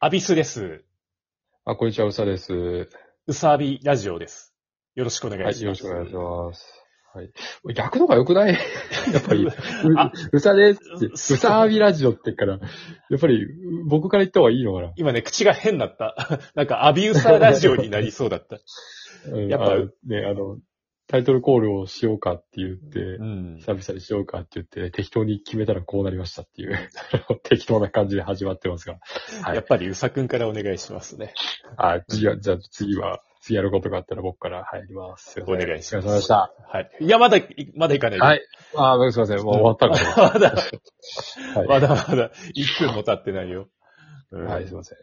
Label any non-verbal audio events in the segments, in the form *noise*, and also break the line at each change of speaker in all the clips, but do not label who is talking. アビスです。
あ、こんにちは、うさです。
うさびラジオです。よろしくお願
はいい、
し
よ
ま
ろし
す。
くお願いします。はい。逆の方が良くない *laughs* やっぱり、う
あ
うさですって、
う
うさびラジオって言うから、やっぱり僕から言った方がいいのかな。
今ね、口が変だった。 *laughs* なんか、アビウサラジオになりそうだった。
うん、
やっぱ
あね、あの、タイトルコールをし *laughs* ようかって言って
う、ん。
久々にしようかって言って、適当に決めたらこうなりましたっていう、 *laughs* あの適当な感じで始まってますが。はい
やっぱりうさくんからお願いしますね。
あ、次は、じゃあ次は、次やることがあったら僕から入ります。すいません
お願いします
お疲れ様でした。
はい。いや、まだ、いまだいかない。
は。い。あー、すいません。もう終わったから。
まだ、
はい
まだまだ、1分も経ってないよ。うん
はい、すいません。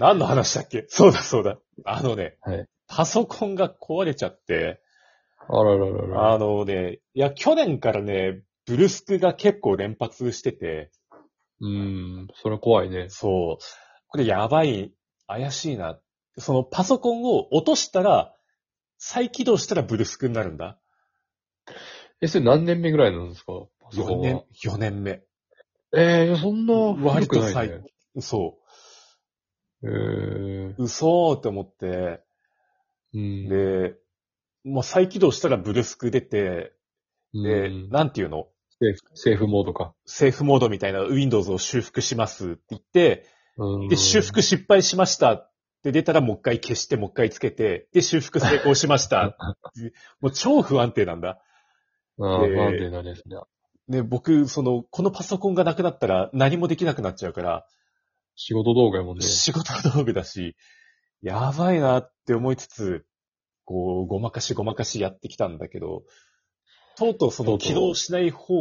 何の話だっけそうだそうだ。あのね、
はい
パソコンが壊れちゃって、
あらららら。
あのね、いや、去年からね、ブルスクが結構連発してて、
うん、それ怖いね。
そう。これやばい、怪しいな。そのパソコンを落としたら、再起動したらブルスクになるんだ。
え、それ何年目ぐらいなんですかパソコ
4
ン
年
は。、
4年目。
えー、そんな、
割と
古くない
最
ね。
そ
えー、
う。嘘ーって思って、
うん。
で、もう再起動したらブルスク出て、
うん
で、なんていうの
セーフ、セーフモードか。
セーフモードみたいな Windows を修復しますって言って、
うん
で、修。復失敗しましたって出たらもう一回消して、もう一回つけて、で、修復成功しましたって。もう超不安定なんだ。
あー、
で
不安定なですね。
ね、僕、その、このパソコンがなくなったら何もできなくなっちゃうから、
仕事動画やもんね。
仕事道具だし、やばいなって思いつつ、こう、ごまかしごまかしやってきたんだけど、とうとうそ
と
の
うとう
起動しない方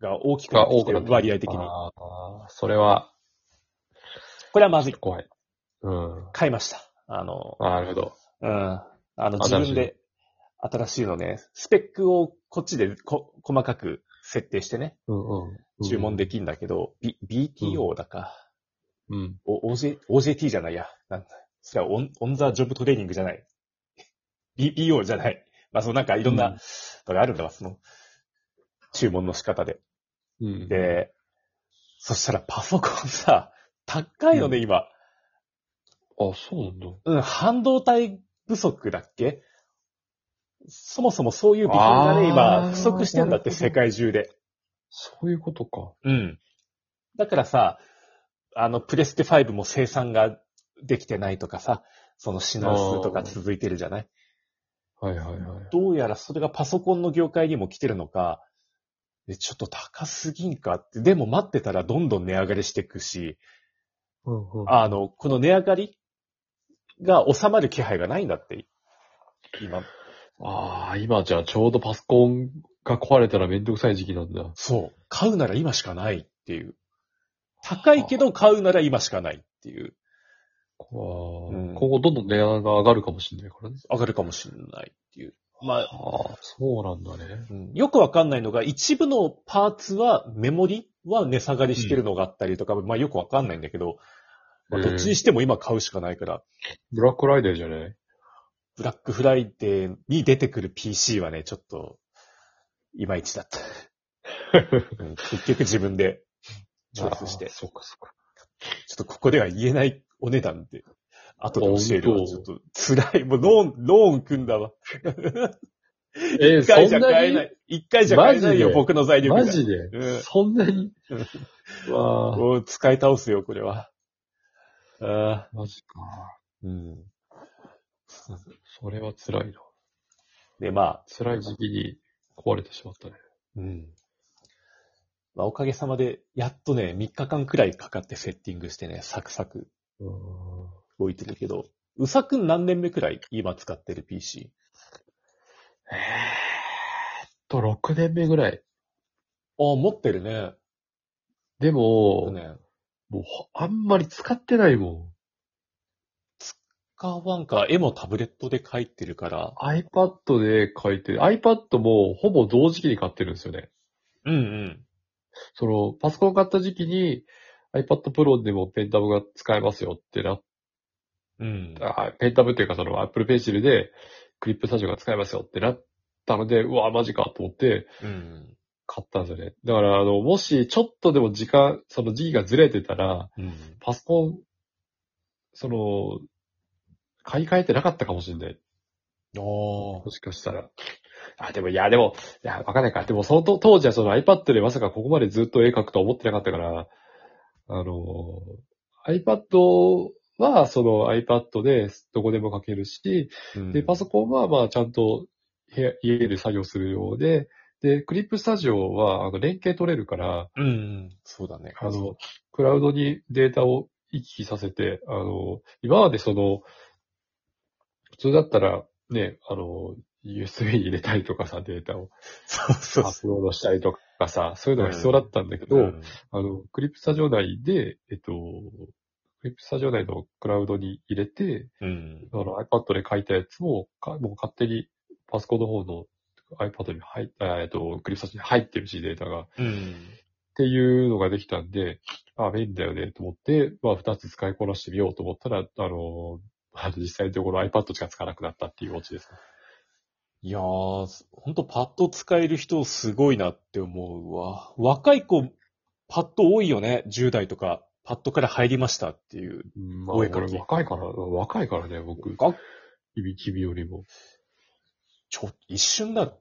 が大きくなってきて、
く
割合的に。
ああ、それは、
これはまずい。
怖い。うん。
買いました。あの、
あーなるほど。
うん。あの、
新し
自
い
分で、新しいのね、スペックをこっちでこ細かく設定してね、
うんうん。
注文できんだけど、B、BTO だか、
うん。
お OJ、OJT じゃないや。なんだ。それはオン、オンザジョブトレーニングじゃない。BPO じゃない。まあ、そのなんかいろん
う、
なんのがあるんだわ、その、注文の仕方で。
うん。
で、そしたらパソコンさ、高いのね、
う
今。
あ、そうなんだ。
うん、半導体不足だっけそもそもそういう部品がね、
あ
今、
ー
不足してんだって、
なるほど
世界中で。
そういうことか。
うん。だからさ、あの、プレステ5も生産ができてないとかさ、その品薄とか続いてるじゃない
はいはいはい。
どうやらそれがパソコンの業界にも来てるのか、でちょっと高すぎんかって、でも待ってたらどんどん値上がりしていくし、
うんうん
あの、この値上がりが収まる気配がないんだって、今。
ああ、今じゃあちょうどパソコンが壊れたらめんどくさい時期なんだ。
そう。買うなら今しかないっていう。高いけど買うなら今しかないっていう。
こ
う
う
ん
今後どんどん値段が上がるかもしれないからね。
上がるかもしれないっていう。まあ、
ああ、そうなんだね。
うんよくわかんないのが、一部のパーツは、メモリは値下がりしてるのがあったりとか、まあよくわかんないんだけど、まあ
うん
どっちにしても今買うしかないから、
ブラックライデーじゃない
ブラックフライデーに出てくる PC はね、ちょっと、いまいちだ
*laughs*
った。うん結局自分で、チョイスして
ああ、そうかそうか。
ちょっとここでは言えないお値段で、後で教えるわ。
あ
ちょっ
本
と辛い。もうローン、ローン組んだわ。
え
一回じゃ買えない。一回じゃ買えないよ、
マジで
僕の財力
マ
が。
ジで、
うん
そんなにわあ、
もう使い倒すよ、これは。あ
マジか。
ーうん。
それは辛いな。
で、まあ、
辛い時期に壊れてしまったね。
うん。まあ、おかげさまで、やっとね、3日間くらいかかってセッティングしてね、サクサク
うーん
動いてるけど、うさくん何年目くらい今使ってる PC?
えーっと、6年目ぐらい。
ああ、持ってるね。
でも、
ね。
もうほあんまり使ってないもん。
カーワンか、絵もタブレットで描いてるから。
iPad で書いて、iPad もほぼ同時期に買ってるんですよね。
うんうん。
その、パソコン買った時期に iPad Pro でもペンタブが使えますよってなっ
うん。
た、あペンタブっていうかその Apple Pencil でクリップスタジオが使えますよってなったので、うわ、マジかと思って
うん。
買ったんですよね。だから、あの、もし、ちょっとでも時間、その時期がずれてたら、
うん。
パソコン、その、買い替えてなかったかもしれない。
おー
もしかしたら。あ、でも、いや、でも、いや、わかんないか。でも、その当当時はその iPad でまさかここまでずっと絵描くとは思ってなかったから、あの、iPad は、その iPad でどこでも描けるし、
うん
で、パソコンは、まあ、ちゃんと部屋、家で作業するようで、で、クリップスタジオは、あの、連携取れるから、
うんうん。 *laughs* そうだね。
あの、クラウドにデータを行き来させて、あの、今までその、普通だったら、ね、あの、USB に入れたりとかさ、データを
そうそ
ア
うそ
ップロードしたりとかさ、そういうのが必要だったんだけ
う。
ど、あの、クリップスタジオ内で、えっと、クリップスタジオ内のクラウドに入れて、
うん。
あの iPad で書いたやつも、かもう勝手にパソコンの方の iPad に入っあえっと、クリップスタジオに入ってるし、データが。
うん。
っていうのができたんで、あ、便利だよねと思って、まあ、二つ使いこなしてみようと思ったら、あの、あの実際のところ iPad しか使わなくなったっていうオチですね。
いやー、ほんとパッド使える人すごいなって思うわ。若い子、パッド多いよね。10代とか、パッドから入りましたっていう。
うんまあ、
お絵
俺
かき
若いから、若いからね、僕、
が
君君よりも。
ちょ、一瞬だろ。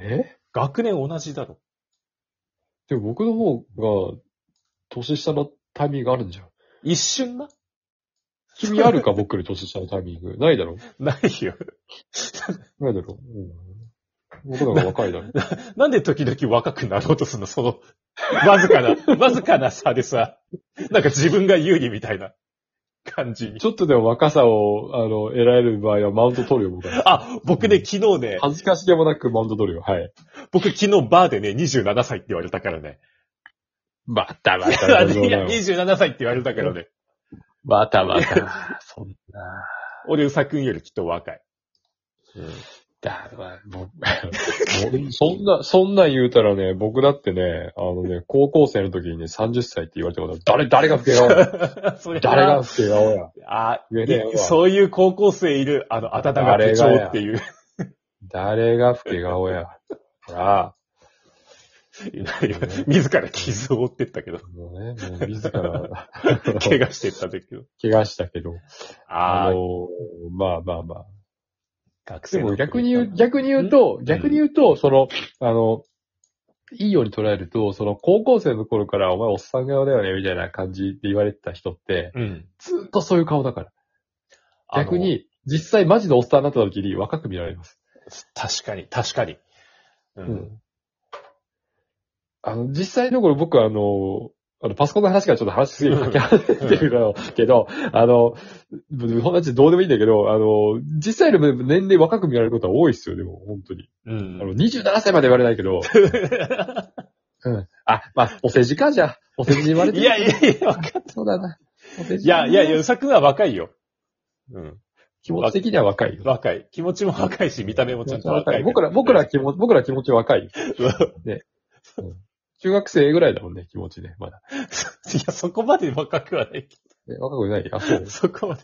え
学年同じだろ。
でも僕の方が、年下のタイミングあるんじゃん。
一瞬な
君あるか、僕より年下のタイミング。 *laughs* ないだろ
*laughs* ないよ。
ないだろうん。僕の方が若いだろ。
なんで時々若くなろうとするのその、わずか
*laughs*
な、わずかな差でさ、なんか自分が有利みたいな感じに。
ちょっとでも若さを、あの、得られる場合はマウント取るよ、僕は。
あ、僕ね、昨日ね、
恥ずかしげもなくマウント取るよ、はい。
僕昨日バーでね、27歳って言われたからね。
またま
*laughs* いや、27歳って言われたからね。
またまた。そんな。
俺、うさくんよりきっと若い。
だわ、もう、もうそんな、 *laughs* そんなん言うたらね、僕だってね、あのね、高校生の時にね、30歳って言われたことある誰、誰が老け顔や。
*laughs* それ
誰が老け顔や。
あ
上だよ
いそういう高校生いる、あの、温かく長っていう。
誰が老け顔や。ほ
*laughs*
ら、が
自ら傷を負ってったけど、
もうね、もう自ら、
*laughs* 怪我してったんだけ *laughs* ど。
怪我したけど、あ
ー
の、まあまあまあ。
学生
で
の
も
時
逆に言う、逆に言うと、逆に言うと、その、あの、いいように捉えると、その高校生の頃からお前おっさん顔だよね、みたいな感じで言われてた人って、
うん。
ずっとそういう顔だから。
あの
逆。に、実際マジでおっさんになった時に若く見られます。
確かに、確かに。う
う。んあの、実際の頃僕はあの、あの、パソコンの話からちょっと話しすぎるかけ離れてる
*laughs*
のけど、あの、友達どうでもいいんだけど、あの、実際の年齢若く見られることは多いですよ、でも、本当に。
う
あの、
ん。
27歳まで言われない
*laughs*
けど、うん。あ、まあ、お世辞か、じゃあ。お世辞に言われて
い
る
やいやいや、
そうだな。お世
い
辞
やいやいや、うさくんは若いよ。うん。
気持ち的には若いよ。
若い。気持ちも若いし、見た目もちゃんと若い。
僕ら、僕ら気持ち、僕ら気持ち若いよ。中学生ぐらいだもんね、気持ちね、まだ。
*laughs* いや、そこまで若くはない。
え若くないあ、そう。
そこまで。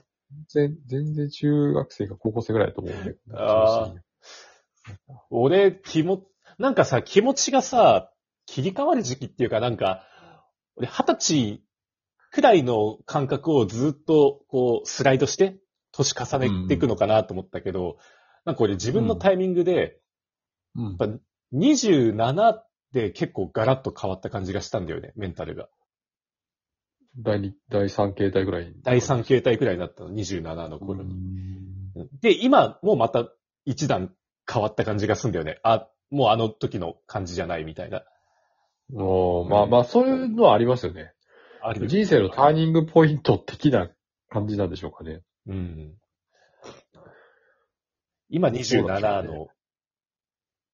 全全然中学生か高校生ぐらいだと思うんだけど。
あー俺、気も、なんかさ、気持ちがさ、切り替わる時期っていうかなんか、俺、二十歳くらいの感覚をずっと、こう、スライドして、年重ねていくのかなと思ったけど、なんか俺自分のタイミングで、
うん。
やっぱ27で結構ガラッと変わった感じがしたんだよね、メンタルが。
第二、第三形態ぐらい。
第3形態くらいになったの、27の
う
頃に。
ん。
で、今、もうまた一段変わった感じがすんだよね。あ、もうあの時の感じじゃないみたいな。
もう、まあまあ、そういうのはありますよね。
あるよね
人生のターニングポイント的な感じなんでしょうかね。
うん。今
そ
27
うなんですよ
の、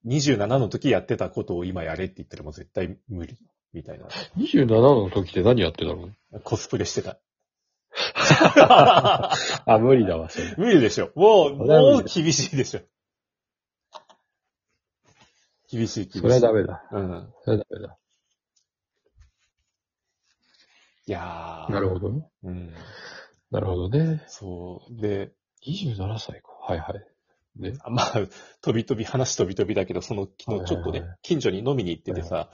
27の時やってたことを今やれって言ったらもう絶対無理、み
*laughs*
たいな。
27の時って何やってたの
コスプレ
*laughs*
してた。
あ、無理だわ、それ。
無理でしょ。もう、
それは無理
もう厳しいでしょ。厳しい、厳しい。
それはダメだ。
うん。
それはダメだ。
いやー。
なるほどね。
うん。
なるほどね。
そう。で、
27歳か。はいはい。ね。
まあ、飛び飛び、話飛び飛びだけど、その
はい
昨日
は
ち
い
ょっとね、近所に飲みに行っててさ、
はい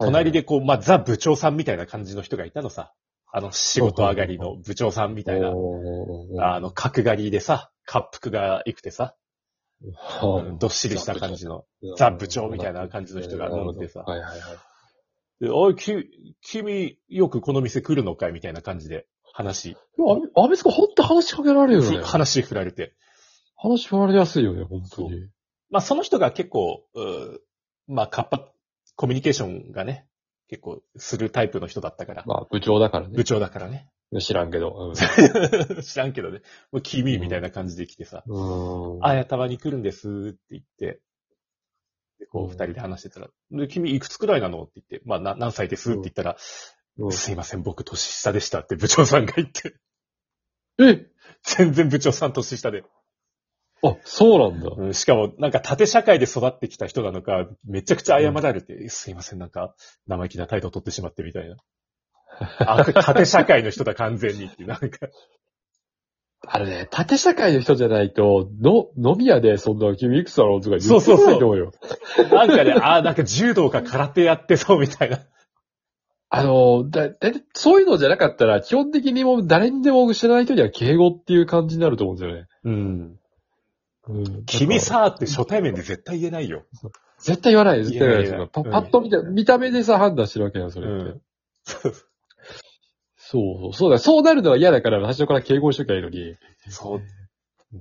隣でこう、まあ、ザ部長さんみたいな感じの人がいたのさ、あの、仕事上がりの部長さんみたいな、
おー
あの、角刈りでさ、滑腹がいくてさ、うんどっしりした感じの、ザ部長みたいな感じの人が飲んでさ
はいはいはい。
でおい、き、君、よくこの店来るのかいみたいな感じで、話、
でも、あ安倍塚本当話しかけられるよね。
話振られて。
話しかけられやすいよね、本当に。
まあ、その人が結構、うーまあ、活発、コミュニケーションがね、結構するタイプの人だったから。
まあ、部長だからね
部。長だからね。 *laughs*
知らんけど。
知らんけどね。もう君みたいな感じで来てさ、
うん。う
*laughs*
ん
あやたまに来るんですって言って、でこう
うん
二人で話してたら、で君いくつくらいなのって言って、まあな何歳ですって言ったら、
うん
すいません僕年下でしたって部長さんが言って、
え
全然部長さん年下で。
あ、そうなんだ。
うんしかもなんか縦社会で育ってきた人なのか、めちゃくちゃ謝られて、すいませんなんか生意気な態度を取ってしまってみたいな。あ縦社会の人だ完全にって、なんか。
あれね、縦社会の人じゃないと、の、飲み屋でそんな君いくつだろうとか言ってこないと思うよ。
なんかね、ああ、なんか柔道か空手やってそうみたいな。
あの、だ、だいたいそういうのじゃなかったら、基本的にもう誰にでも知らない人には敬語っていう感じになると思うんですよね。
うん。
うん。
君さーって初対面で絶対言えないよ。
絶対言わない、絶対言わないです
いやいやいや
パ
うん
パッと見た、見た目でさ、判断してるわけよ、それって。
うん
そうそう、そうだ、そうなるのは嫌だから、最初から敬語にしときゃいいのに。い
そう。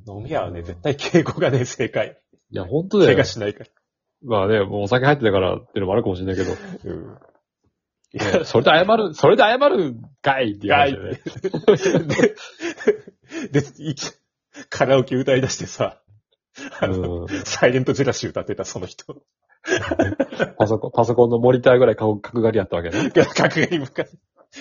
飲み屋はね、絶対敬語がね、正解。
や、本当だ
怪
よ
我。しないから。
まあね、もうお酒入ってたからっていうのもあるかもしれないけど、
うん。い
ね *laughs* それで謝る、それで謝るんかいっていう話だよね。
で、で、いき、カラオケ歌い出してさ、あの、
*laughs* うん
サイレントジェラシー歌ってた、その人。 *laughs*
パソコン、パソコンのモニターぐらい顔角刈りやったわけね。
が、角刈り向かって。